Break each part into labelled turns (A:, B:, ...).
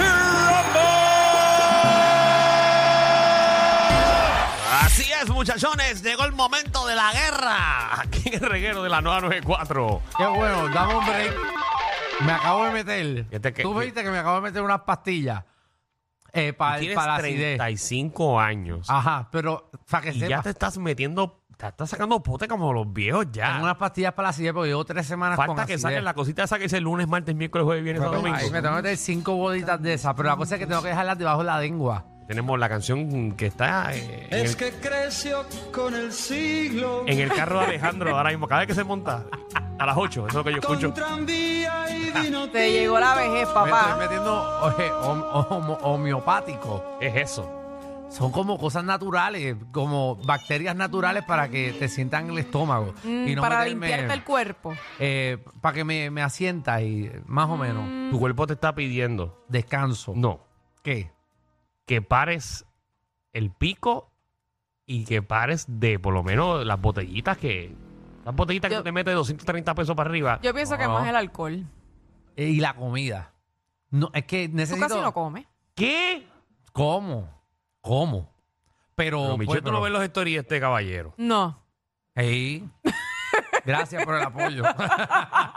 A: rumble. Así es, muchachones, llegó el momento de la guerra. Aquí en el reguero de la 994.
B: Qué bueno, dame un break. Me acabo de meter.
C: Fíjate que-
B: Tú viste que me acabo de meter unas pastillas eh, pa-
C: Tienes
B: para la acidez.
C: 35 años
B: Ajá, pero para que
C: y ya
B: sepas,
C: te estás metiendo, te estás sacando pote como los viejos
B: tengo
C: ya.
B: unas pastillas para la acidez porque llevo tres semanas con
C: Falta que
B: acidez.
C: saquen la cosita esa que es el lunes, martes, miércoles, jueves, viernes, sábado, domingo.
B: Ay, me tengo que meter cinco bolitas de esas, pero la cosa es que tengo que dejarlas debajo de la lengua.
C: Tenemos la canción que está eh, en,
D: Es
C: el,
D: que creció con el siglo.
C: en el carro de Alejandro ahora mismo. Cada vez que se monta a las 8, eso es lo que yo escucho.
D: Con tranvía y
C: Ah.
D: vino
E: Te llegó la vejez,
B: Me
E: papá.
B: estoy metiendo oye, hom- hom- homeopático.
C: Es eso.
B: Son como cosas naturales, como bacterias naturales para que te sientan en el estómago.
E: Mm,
B: y no
E: para
B: meterme-
E: limpiarte el cuerpo.
B: eh, para que me, me asienta y más o menos
C: Tu cuerpo te está pidiendo,
B: descanso.
C: no,
B: ¿Qué?
C: que pares el pico y que pares de por lo menos las botellitas que. Las botellitas que
E: Yo-
C: te metes de 230 pesos para arriba.
E: Yo pienso que
B: No.
E: más el alcohol.
B: Eh, y la comida. No, es que
E: Tú
B: necesito.
E: casi no comes.
C: ¿Qué?
B: ¿Cómo? ¿Cómo? Pero.
C: Pero, Michelle,
B: pues,
C: tú no
B: pero-
C: ves los stories de este caballero.
E: No.
B: Ey. Gracias por el apoyo.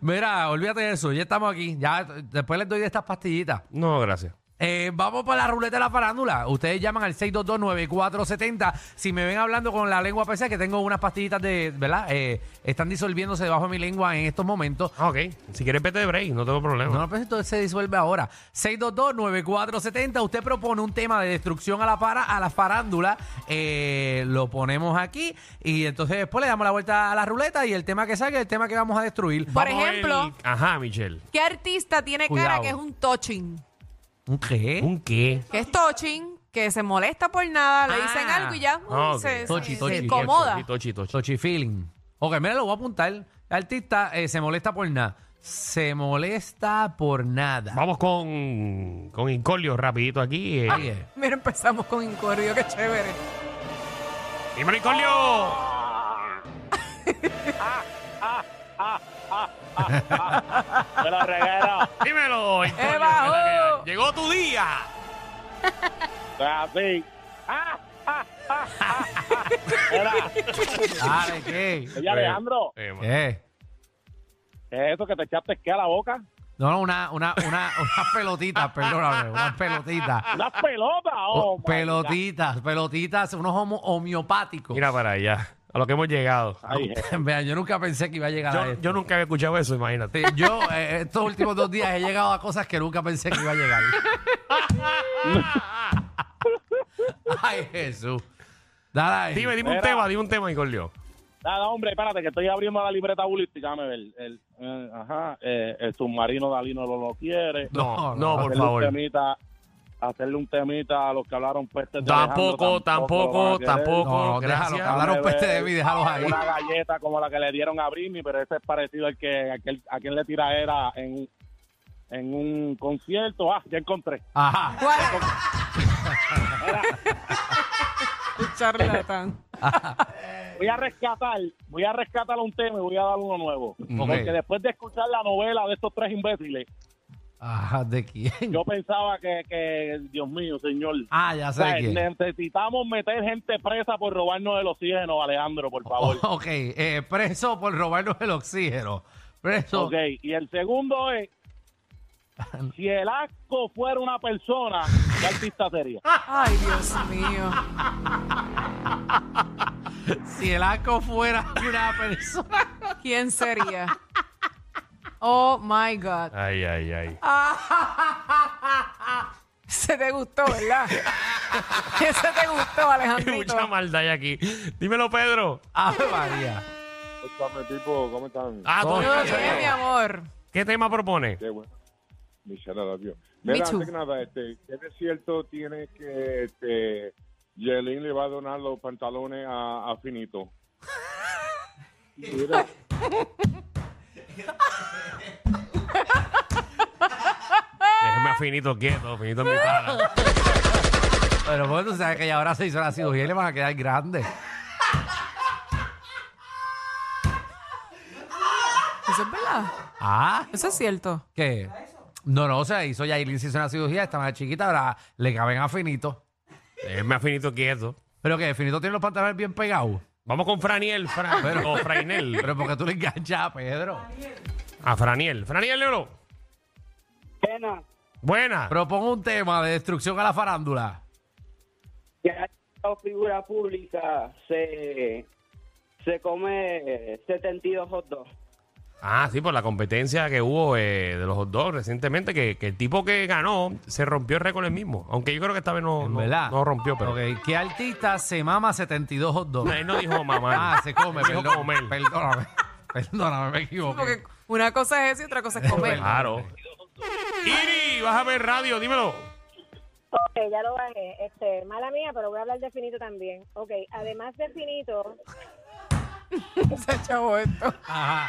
B: Mira, olvídate de eso. Ya estamos aquí. Ya t- después les doy de estas pastillitas.
C: No, gracias.
B: Eh, vamos para la ruleta de la farándula. Ustedes llaman al 6229470. Si me ven hablando con la lengua pesada, que tengo unas pastillitas de, ¿verdad? Eh, están disolviéndose debajo de mi lengua en estos momentos.
C: Ah, ok. Si quieres vete de break, no tengo problema.
B: No, no, pero esto se disuelve ahora. 622-9470. Usted propone un tema de destrucción a la, para, a la farándula. Eh, lo ponemos aquí y entonces después le damos la vuelta a la ruleta y el tema que salga es el tema que vamos a destruir.
E: Por
C: Vamos a ver-
E: ejemplo,
C: Ajá, Michelle.
E: ¿qué artista tiene cara
B: Cuidado.
E: que es un touching?
B: ¿Un qué?
C: ¿Un qué?
E: Que es touching, que se molesta por nada, le dicen
B: Ah.
E: algo y ya uh,
C: Ah, ok.
E: se, se-
B: Tochi,
E: se
B: tochi,
E: incomoda.
C: Tochi, tochi, tochi.
B: Sochi feeling. Ok, mira, lo voy a apuntar. Artista eh, se molesta por nada. Se molesta por nada.
C: Vamos con, con Incolio rapidito aquí. eh.
B: Ahí es.
E: Mira, empezamos con Incordio, qué chévere.
C: ¡Dímelo, Incolio!
F: de la reguera.
C: ¡Dímelo, Incolio!
B: oh.
E: bajo!
C: ¡Llegó tu día!
F: Pues así. Ah, ah, ah, ah, ah. Mira,
B: Dale, ¿qué?
F: oye, Alejandro,
C: Eh, ma-
B: ¿Qué?
F: ¿qué es eso que te echaste que a la boca?
B: No, no, una, una, una, unas pelotitas, perdóname, unas pelotitas.
F: Unas pelotas. Oh,
B: Oh,
F: my God.
B: pelotitas, pelotitas, unos homo- homeopáticos.
C: Mira para allá, a lo que hemos llegado.
F: Ay, je-
B: Vean, yo nunca pensé que iba a llegar a
C: Yo,
B: Ah, esto.
C: yo nunca había escuchado eso, imagínate.
B: Sí, Yo, eh, estos últimos dos días he llegado a cosas que nunca pensé que iba a llegar. Ay, Jesús. Dale ahí.
C: Dime, dime un
F: Mira.
C: tema, dime un tema, Incolio.
F: Nada, hombre, espérate, que estoy abriendo la libreta bulística. Dame ver. El, eh, ajá, eh, el submarino Dalino lo, lo quiere.
C: No, no,
B: No, no,
C: por
F: Hacerle un
C: favor.
F: temita- Hacerle un temita a los que hablaron peste de
C: Tampoco,
F: Alejandro,
C: tampoco,
F: lo van a querer.
C: tampoco.
B: No, no,
C: Gracias.
B: déjalo. que Hablaron peste de mí, déjalos ahí.
F: Una galleta como la que le dieron a Britney, pero ese es parecido al que aquel, a quien le tira era en, en un concierto. Ah, ya encontré.
B: Ajá.
E: ¿Cuál? Un charlatán.
F: Voy a rescatar, voy a rescatar un tema y voy a dar uno nuevo.
B: Ok.
F: Que después de escuchar la novela de estos tres imbéciles,
B: Ajá, ¿de quién?
F: yo pensaba que, que Dios mío, señor.
B: Ah, ya
F: O
B: sé
F: sea,
B: quién.
F: necesitamos meter gente presa por robarnos el oxígeno, Alejandro, por favor.
B: Ok, eh, preso por robarnos el oxígeno. Preso.
F: Ok, y el segundo es, si el asco fuera una persona, ¿qué artista sería?
E: Ay, Dios mío.
B: Si el asco fuera una persona.
E: ¿Quién sería? Oh my God.
C: Ay, ay, ay.
E: Se te gustó, ¿verdad? Ese te gustó,
C: Hay
E: Alejandrito.
C: mucha maldad aquí. Dímelo, Pedro.
B: Ave María.
G: Escúchame, tipo, ¿cómo están?
C: Ah, tú-
E: Todo bien, mi amor.
C: ¿Qué tema propone?
G: Qué bueno. Michelle Arabio.
E: Me
G: Mira,
E: too.
G: antes que nada, este, ¿qué de cierto tiene que este, Yelin le va a donar los pantalones a, a Finito? Mira,
C: Déjeme a Finito quieto, Finito en mi cara.
B: Pero bueno, tú sabes que ya ahora se hizo la cirugía y le van a quedar grandes.
E: Eso es verdad.
B: Ah,
E: Eso es cierto.
B: ¿qué? No, no, se hizo Yailin, se hizo una cirugía, está más chiquita, ahora le caben a Finito.
C: Déjeme a Finito quieto.
B: Pero que Finito tiene los pantalones bien pegados.
C: Vamos con Franiel, Fran, o Frainel.
B: Pero porque tú le enganchas a Pedro.
C: A Franiel. Franiel, Lolo.
H: Buena.
C: Buena.
B: Propongo un tema de destrucción a la farándula.
H: Ya la figura pública se, se come 72 hot dogs.
C: Ah, sí, por la competencia que hubo eh, de los hot dogs recientemente, que, que el tipo que ganó se rompió el récord el mismo. Aunque yo creo que esta vez no,
B: En
C: no,
B: verdad.
C: no rompió, pero.
B: Ok, ¿qué artista se mama 72 hot dogs?
C: No, él no dijo mamá.
B: Ah, se come,
C: dijo
B: perdón,
C: comer.
B: perdóname. Perdóname, me equivoqué.
E: Porque una cosa es eso y otra cosa es comer.
C: Claro. Iri, bájame el radio, dímelo.
I: Ok, ya lo bajé. Este, mala mía, pero voy a hablar de finito también. Ok, además de finito,
E: Se ha chavo esto.
B: Ajá.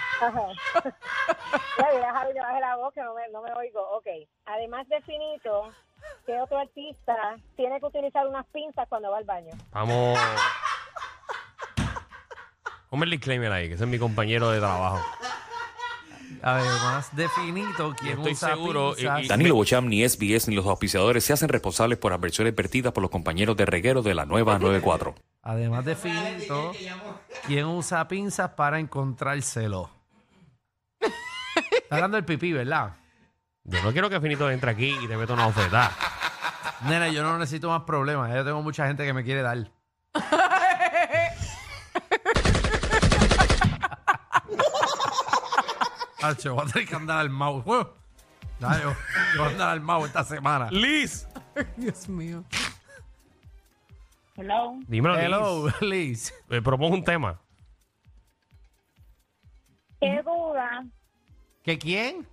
I: ya ya, Javi, que baje la voz que no me, no me oigo. Ok, además de finito, ¿qué otro artista tiene que utilizar unas pinzas cuando va al baño?
C: Vamos. Ponme el disclaimer ahí, que ese es mi compañero de trabajo.
B: Además de Finito, ¿quién
C: Estoy
B: usa
C: seguro,
B: pinzas?
C: y- y-
J: Danilo Bocham, ni SBS, ni los auspiciadores se hacen responsables por adversiones vertidas por los compañeros de reguero de la nueva 94.
B: Además de Finito, ¿quién usa pinzas para encontrárselo? Está hablando del pipí, ¿verdad?
C: Yo no quiero que Finito entre aquí y te meta una oferta.
B: Nena, yo no necesito más problemas. Yo tengo mucha gente que me quiere dar. Hacho, voy a tener que andar al mau. Dale, yo yo voy a andar al mau esta semana.
C: Liz.
E: Dios mío.
H: Hello.
C: Dímelo,
B: Hello,
C: Liz.
B: Liz.
C: Eh, propongo un tema.
I: ¿Qué duda,
B: ¿Que quién?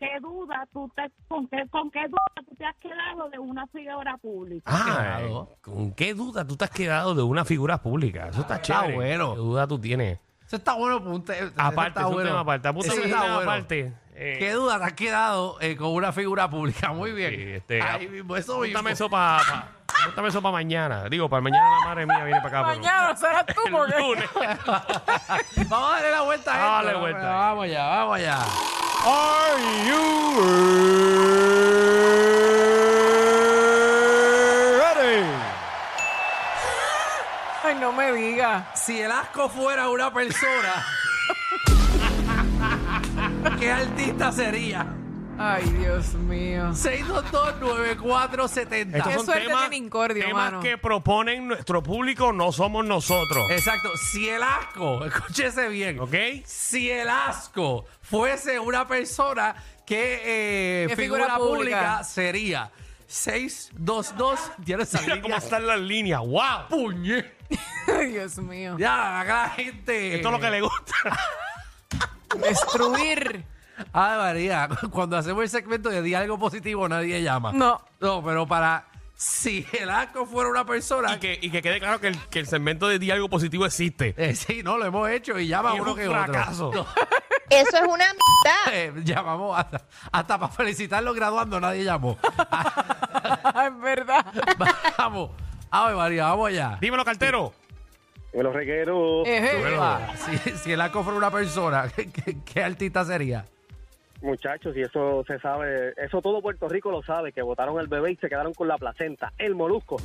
I: qué duda tú te, con qué, con qué duda tú te has quedado de una figura pública?
C: Ah,
B: quedado.
C: eh, ¿con qué duda tú te has quedado de una figura pública? Eso está
B: Ah, está
C: chévere.
B: bueno.
C: ¿Qué duda tú tienes?
B: Eso está bueno. para un te- eso
C: Aparte,
B: está
C: es un
B: bueno.
C: tema aparte. Apunta
B: Eso
C: un
B: está
C: tema
B: bueno.
C: aparte. Eh,
B: ¿Qué duda te has quedado eh, con una figura pública? Muy bien.
C: Sí, este,
B: Ahí mismo, eso mismo.
C: apúntame eso para eso para mañana. Digo, para mañana la madre mía viene para acá. pero-
E: Mañana serás tú
C: El
E: porque.
C: lunes.
B: Vamos a darle la vuelta a
C: Dale
B: esto.
C: vuelta.
B: Vamos allá, vamos allá.
C: Are you
E: Ay, no me digas.
B: Si el asco fuera una persona, ¿qué artista sería?
E: Ay, Dios mío.
B: 6229470.
C: Estos
E: Qué
C: son
E: suerte
C: temas,
E: tiene Incordio,
C: temas
E: mano.
C: que proponen nuestro público, no somos nosotros.
B: Exacto. Si el asco, escúchese bien.
C: ¿Ok?
B: Si el asco fuese una persona, ¿qué, eh,
E: ¿Qué
B: figura,
E: figura
B: pública?
E: pública
B: sería? 622. Ya no
C: Mira
B: sabía
C: cómo están las líneas. ¡Wow!
B: Puñe.
E: Ay, Dios mío.
B: Ya, acá la gente.
C: Esto es lo que le gusta.
E: Destruir.
B: Ah, María, cuando hacemos el segmento de di algo positivo, nadie llama.
E: No.
B: No, pero para. Si el asco fuera una persona.
C: y, que, y que quede claro que el, que el segmento de diálogo positivo existe.
B: Eh, sí, no, lo hemos hecho y llama
C: Y es
B: uno
C: un
B: que
C: fracaso.
B: otro.
I: Eso es una
B: No, eh, llamamos hasta, hasta para felicitarlo graduando, nadie llamó.
E: Es verdad.
B: vamos. A ver, María, vamos allá.
C: Dímelo, cartero.
F: Los regueros.
E: Ejé.
B: Ah, Si, si el asco fuera una persona, ¿qué, qué- qué artista sería?
H: Muchachos, y eso se sabe, eso todo Puerto Rico lo sabe, que votaron el bebé y se quedaron con la placenta, el molusco.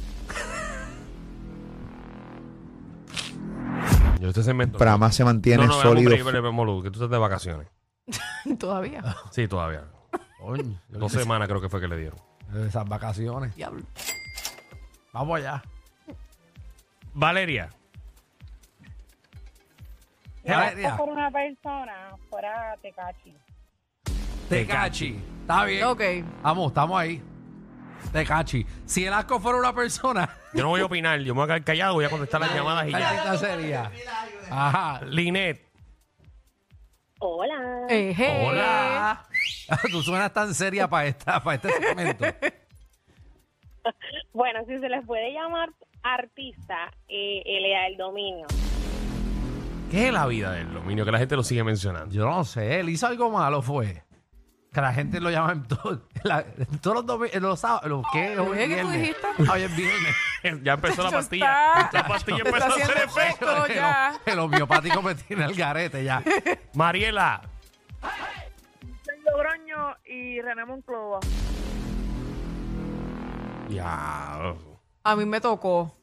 C: Yo este segmento.
D: Prama se mantiene
C: no, no,
D: sólido.
C: No, que tú estás de vacaciones.
E: Todavía.
C: Sí, todavía.
B: Coño, yo
C: Dos
B: qué sé,
C: semanas creo que fue que le dieron.
B: Esas vacaciones.
E: Diablo.
B: Vamos allá.
C: Valeria.
B: Valeria,
I: Por una persona fuera Tecachi.
B: Tecachi. Está bien.
E: Ok.
B: Vamos, estamos ahí. Tecachi. Si el asco fuera una persona,
C: Yo no voy a opinar, yo me voy a quedar callado, voy a contestar las llamadas y
B: ¿qué
C: ya.
B: artista sería? Ajá.
C: Linet.
I: Hola.
E: Eje.
B: Hola. Tú suenas tan seria para esta, para este segmento.
I: Bueno, si se les puede llamar artista, eh, él era el dominio.
C: ¿Qué es la vida del dominio? Que la gente lo sigue mencionando.
B: Yo no sé, él hizo algo malo, fue. Que la gente lo llama en, todo- la- en todos los domi- en los sábados. los- ¿Qué? Hoy
E: ¿Qué
B: es
E: que tú
B: viernes. Ah,
E: dijiste?
B: Hoy es viernes.
C: ya empezó la
E: Eso
C: pastilla.
E: está-
C: La pastilla
E: está
C: empezó a hacer
E: haciendo
C: efecto.
E: efecto. Ya.
B: El, homeopático me tiene el garete ya.
C: Mariela,
K: Logroño y René Monclova.
C: ya.
E: A mí me tocó,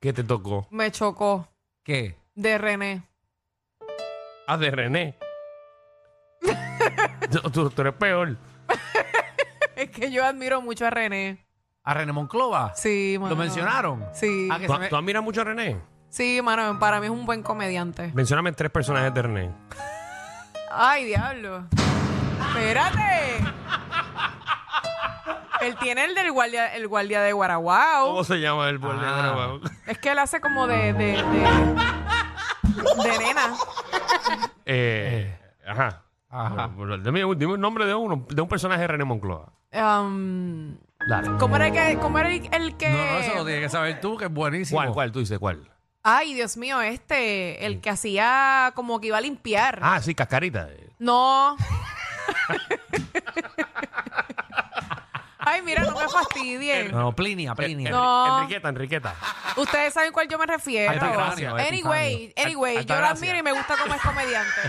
C: ¿Qué te tocó?
E: me chocó
B: ¿Qué?
E: de René.
C: Ah, de René. Yo- tú, tú eres peor.
E: Es que yo admiro mucho a René.
B: ¿A René Monclova?
E: Sí, mano.
B: ¿Lo mencionaron?
E: Sí.
B: Ah, que
C: ¿Tú,
B: se me-
C: tú admiras mucho a René?
E: Sí, mano, para mí es un buen comediante.
C: Mencióname tres personajes de René.
E: Ay, diablo. Espérate. Él tiene el del guardia, el guardia de Guaraguao.
B: Oh.
C: ¿Cómo se llama el borde
B: Ah.
E: Es que él hace como de. de, de, de nena.
C: Eh, ajá.
B: Ajá.
C: Bueno, Dime, un- dime un nombre de uno, de un personaje de René Moncloa.
E: Um,
C: Dale.
E: ¿Cómo era, el que, cómo era el, el que.?
B: No, no, eso lo tienes que saber tú, que es buenísimo.
C: ¿Cuál, cuál? Tú dices, ¿cuál?
E: Ay, Dios mío, este. El que hacía como que iba a limpiar.
C: Ah, sí, Cascarita. Eh,
E: No. Ay, mira, no me fastidien.
B: No, no, Plinia, Plinia.
E: No.
C: Enriqueta, Enriqueta.
E: Ustedes saben cuál yo me refiero.
B: Altagracia,
E: anyway,
B: Altagracia.
E: anyway,
B: Alt-
E: yo lo
B: Altagracia.
E: admiro y me gusta como es comediante.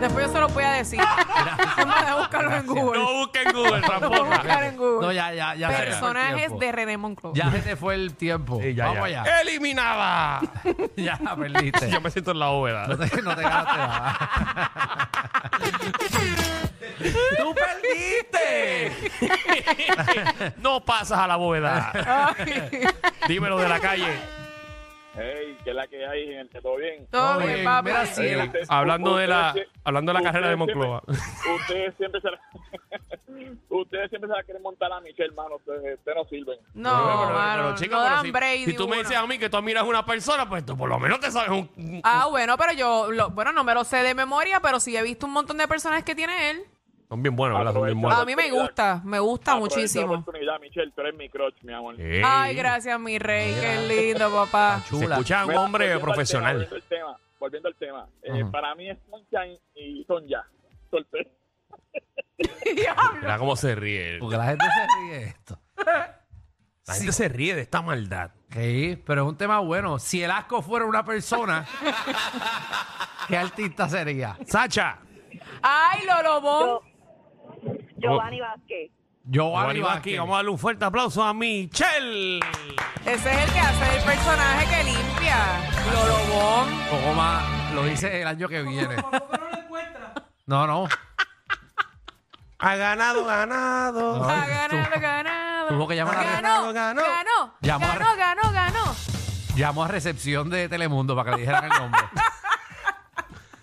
E: Después yo se los voy a decir. Vamos a buscarlo en Google.
C: No busquen Google
E: Lo puedo
C: tampoco.
E: buscar en Google.
B: No, ya, ya, ya. se te fue el
E: Personajes
B: tiempo.
E: de René Monclo.
B: Ya se te fue el tiempo.
C: Sí,
B: Vamos ya.
C: ¡Eliminada!
B: Ya, perdiste.
C: Yo me siento en la
B: No
C: bóveda.
B: te, no te ganaste nada. ¡Tú perdiste!
C: No pasas a la bóveda. Dímelo de la calle.
F: Hey, ¿qué es la que hay, gente? ¿Todo bien?
E: Todo
B: Oye,
E: bien, papi.
B: mira, sí,
F: Oye,
B: la-
F: ustedes-
C: Hablando de la,
F: ustedes-
C: hablando de la carrera de
F: ustedes siempre-
C: Moncloa.
F: Ustedes siempre se la, ustedes siempre se la quieren montar a Michelle, hermano. Ustedes, ustedes no sirven.
E: No, mano,
C: chico,
E: no
C: pero
E: dan
C: si,
E: break
C: si tú
E: ninguno.
C: me dices a mí que tú admiras a una persona, pues tú por lo menos te sabes un... un-
E: Ah, bueno, pero yo, lo- bueno, no me lo sé de memoria, pero sí he visto un montón de personajes que tiene él.
C: Son bien buenos, ¿verdad? Son bien
F: Bueno,
E: A
C: buenos.
E: mí me gusta, me gusta
B: Ah, pues,
F: Aprovecha La
E: Ah, muchísimo.
F: oportunidad, Michelle, tú eres mi crush, mi amor.
C: Ey.
E: Ah. Ay, gracias, mi rey, qué lindo, papá.
C: Se
B: Chula.
C: escucha un
F: Mira, volviendo
C: hombre
F: al
C: profesional.
F: tema, volviendo al tema, volviendo al tema. Eh,
B: Ajá.
F: para mí es Sunshine y Sonja. Solté.
E: Diablo.
C: Mira cómo se ríe.
B: Porque la gente se ríe de esto.
C: La gente se ríe de esta maldad.
B: Sí, pero es un tema bueno. Si el asco fuera una persona, ¿qué artista sería?
C: Sacha.
E: Ay, Lolobón.
I: Giovanni Vázquez.
B: Giovanni
C: Giovanni Vázquez,
B: Vázquez.
C: Vamos a darle un fuerte aplauso a Michelle.
E: Ese es el que hace el personaje que limpia. Lolobón.
B: Un poco más, lo dice el año que viene. No, no.
C: Ha ganado, ganado.
B: No.
E: Ha
B: Ay,
E: ganado,
B: tú-
E: ganado.
B: tuvo que llamar a-
C: ganó,
E: ganó, ganó,
B: Llamó
E: ganó,
B: a-
E: ganó, ganó, ganó.
B: Llamó a recepción de Telemundo para que le dijeran el nombre.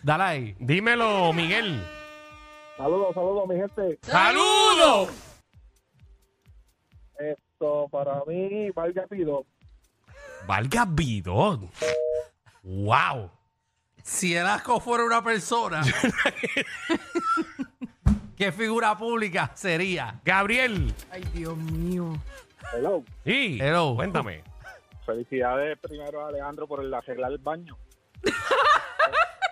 B: Dale ahí.
C: Dímelo, Miguel.
F: Saludos, saludos, mi gente.
C: ¡Saludos!
F: Esto, para mí, valga pido.
C: Valga Vidot. ¡Wow!
B: Si el asco fuera una persona, ¿qué figura pública sería?
C: Gabriel.
E: Ay, Dios mío.
F: Hello.
C: Sí.
B: Hello.
C: Cuéntame.
F: Felicidades primero a Alejandro por el arreglar el baño.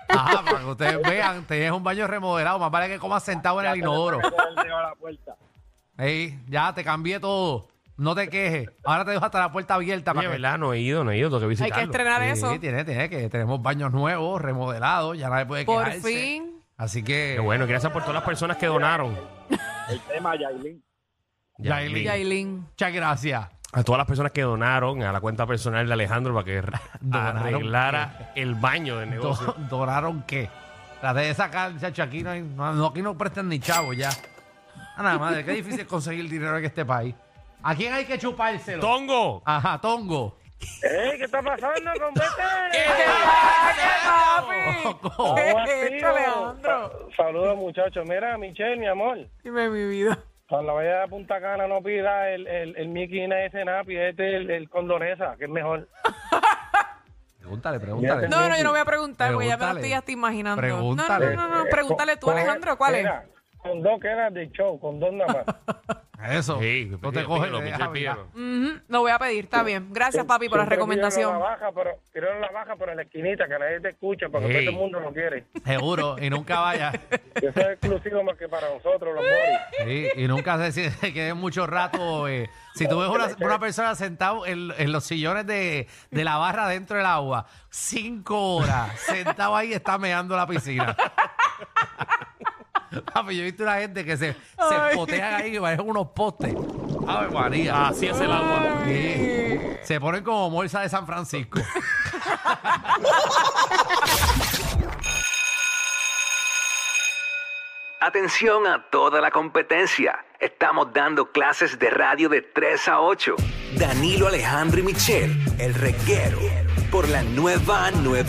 B: Ajá, para que ustedes vean, tenés un baño remodelado, más vale que comas sentado en el inodoro.
F: Él llegó a la puerta.
B: Ey, ya te cambié todo. No te quejes. Ahora te dejo hasta la puerta abierta
C: Oye,
B: para que
C: ¿verdad? No he ido, no he ido. Tengo que
E: Hay
C: visitarlo.
E: que estrenar eso.
B: Sí, tiene, tiene que tenemos baños nuevos, remodelados, ya nadie puede
E: Por
B: quejarse.
E: fin.
B: Así que
C: Qué bueno, gracias por todas las personas que donaron.
F: El tema, Yailin.
B: Yailin.
E: Yailin.
B: muchas gracias.
C: A todas las personas que donaron a la cuenta personal de Alejandro para que
B: Donaron.
C: arreglara el baño de negocio.
B: Do- ¿Doraron qué? Traté de sacar, chacho, aquí no, hay- no- no- aquí no prestan ni chavo ya. Ah, nada madre, qué difícil conseguir dinero en este país. ¿A quién hay que chupárselo?
C: ¡Tongo!
B: Ajá, Tongo.
H: ¡Ey, qué está pasando, compete!
E: ¡Papi!
B: Ojo.
E: ¿Qué hecho, Alejandro?
H: Saludos, muchachos. Mira, Michelle, mi amor.
E: Dime mi vida.
H: Cuando vaya a Punta Cana, no pida el, el, el Mickey Ina ese Napi, este el, el Condonesa, que es mejor.
B: Pregúntale, pregúntale.
E: No, no, yo no voy a preguntar, porque ya me lo
B: Pregúntale.
E: estoy hasta imaginando.
B: Pregúntale.
E: No, no, no, no, pregúntale tú, Alejandro, ¿cuál es?
H: Mira, Con dos quedas de show, con dos nada más.
B: Eso. no te
C: pídelo,
B: coges. eh,
C: pídelo,
B: deja
C: pídelo,
B: mirar.
C: pídelo.
E: Ujú, Lo voy a pedir, está bien. Gracias, papi, por la
H: Siempre
E: recomendación.
H: Tiraron la baja, pero, tiraron la baja por la esquinita, que nadie te escucha, porque
B: Ey.
H: todo el mundo lo quiere.
B: Seguro, y nunca vaya.
H: Eso es exclusivo más que para nosotros, los moris.
B: Sí, y nunca se, si- se quede mucho rato. eh. Si tú ves una, una persona sentada en, en los sillones de, de la barra dentro del agua, cinco horas, sentado ahí, está meando la piscina. Papi, yo he visto una gente que se, se
C: Ay.
B: potean ahí, que parecen unos postes. Ave María.
C: Así es el agua.
B: Sí. Se ponen como morsa de San Francisco.
L: Atención a toda la competencia. Estamos dando clases de radio de 3 a 8. Danilo Alejandro y Michel, el reguero, por la nueva 9.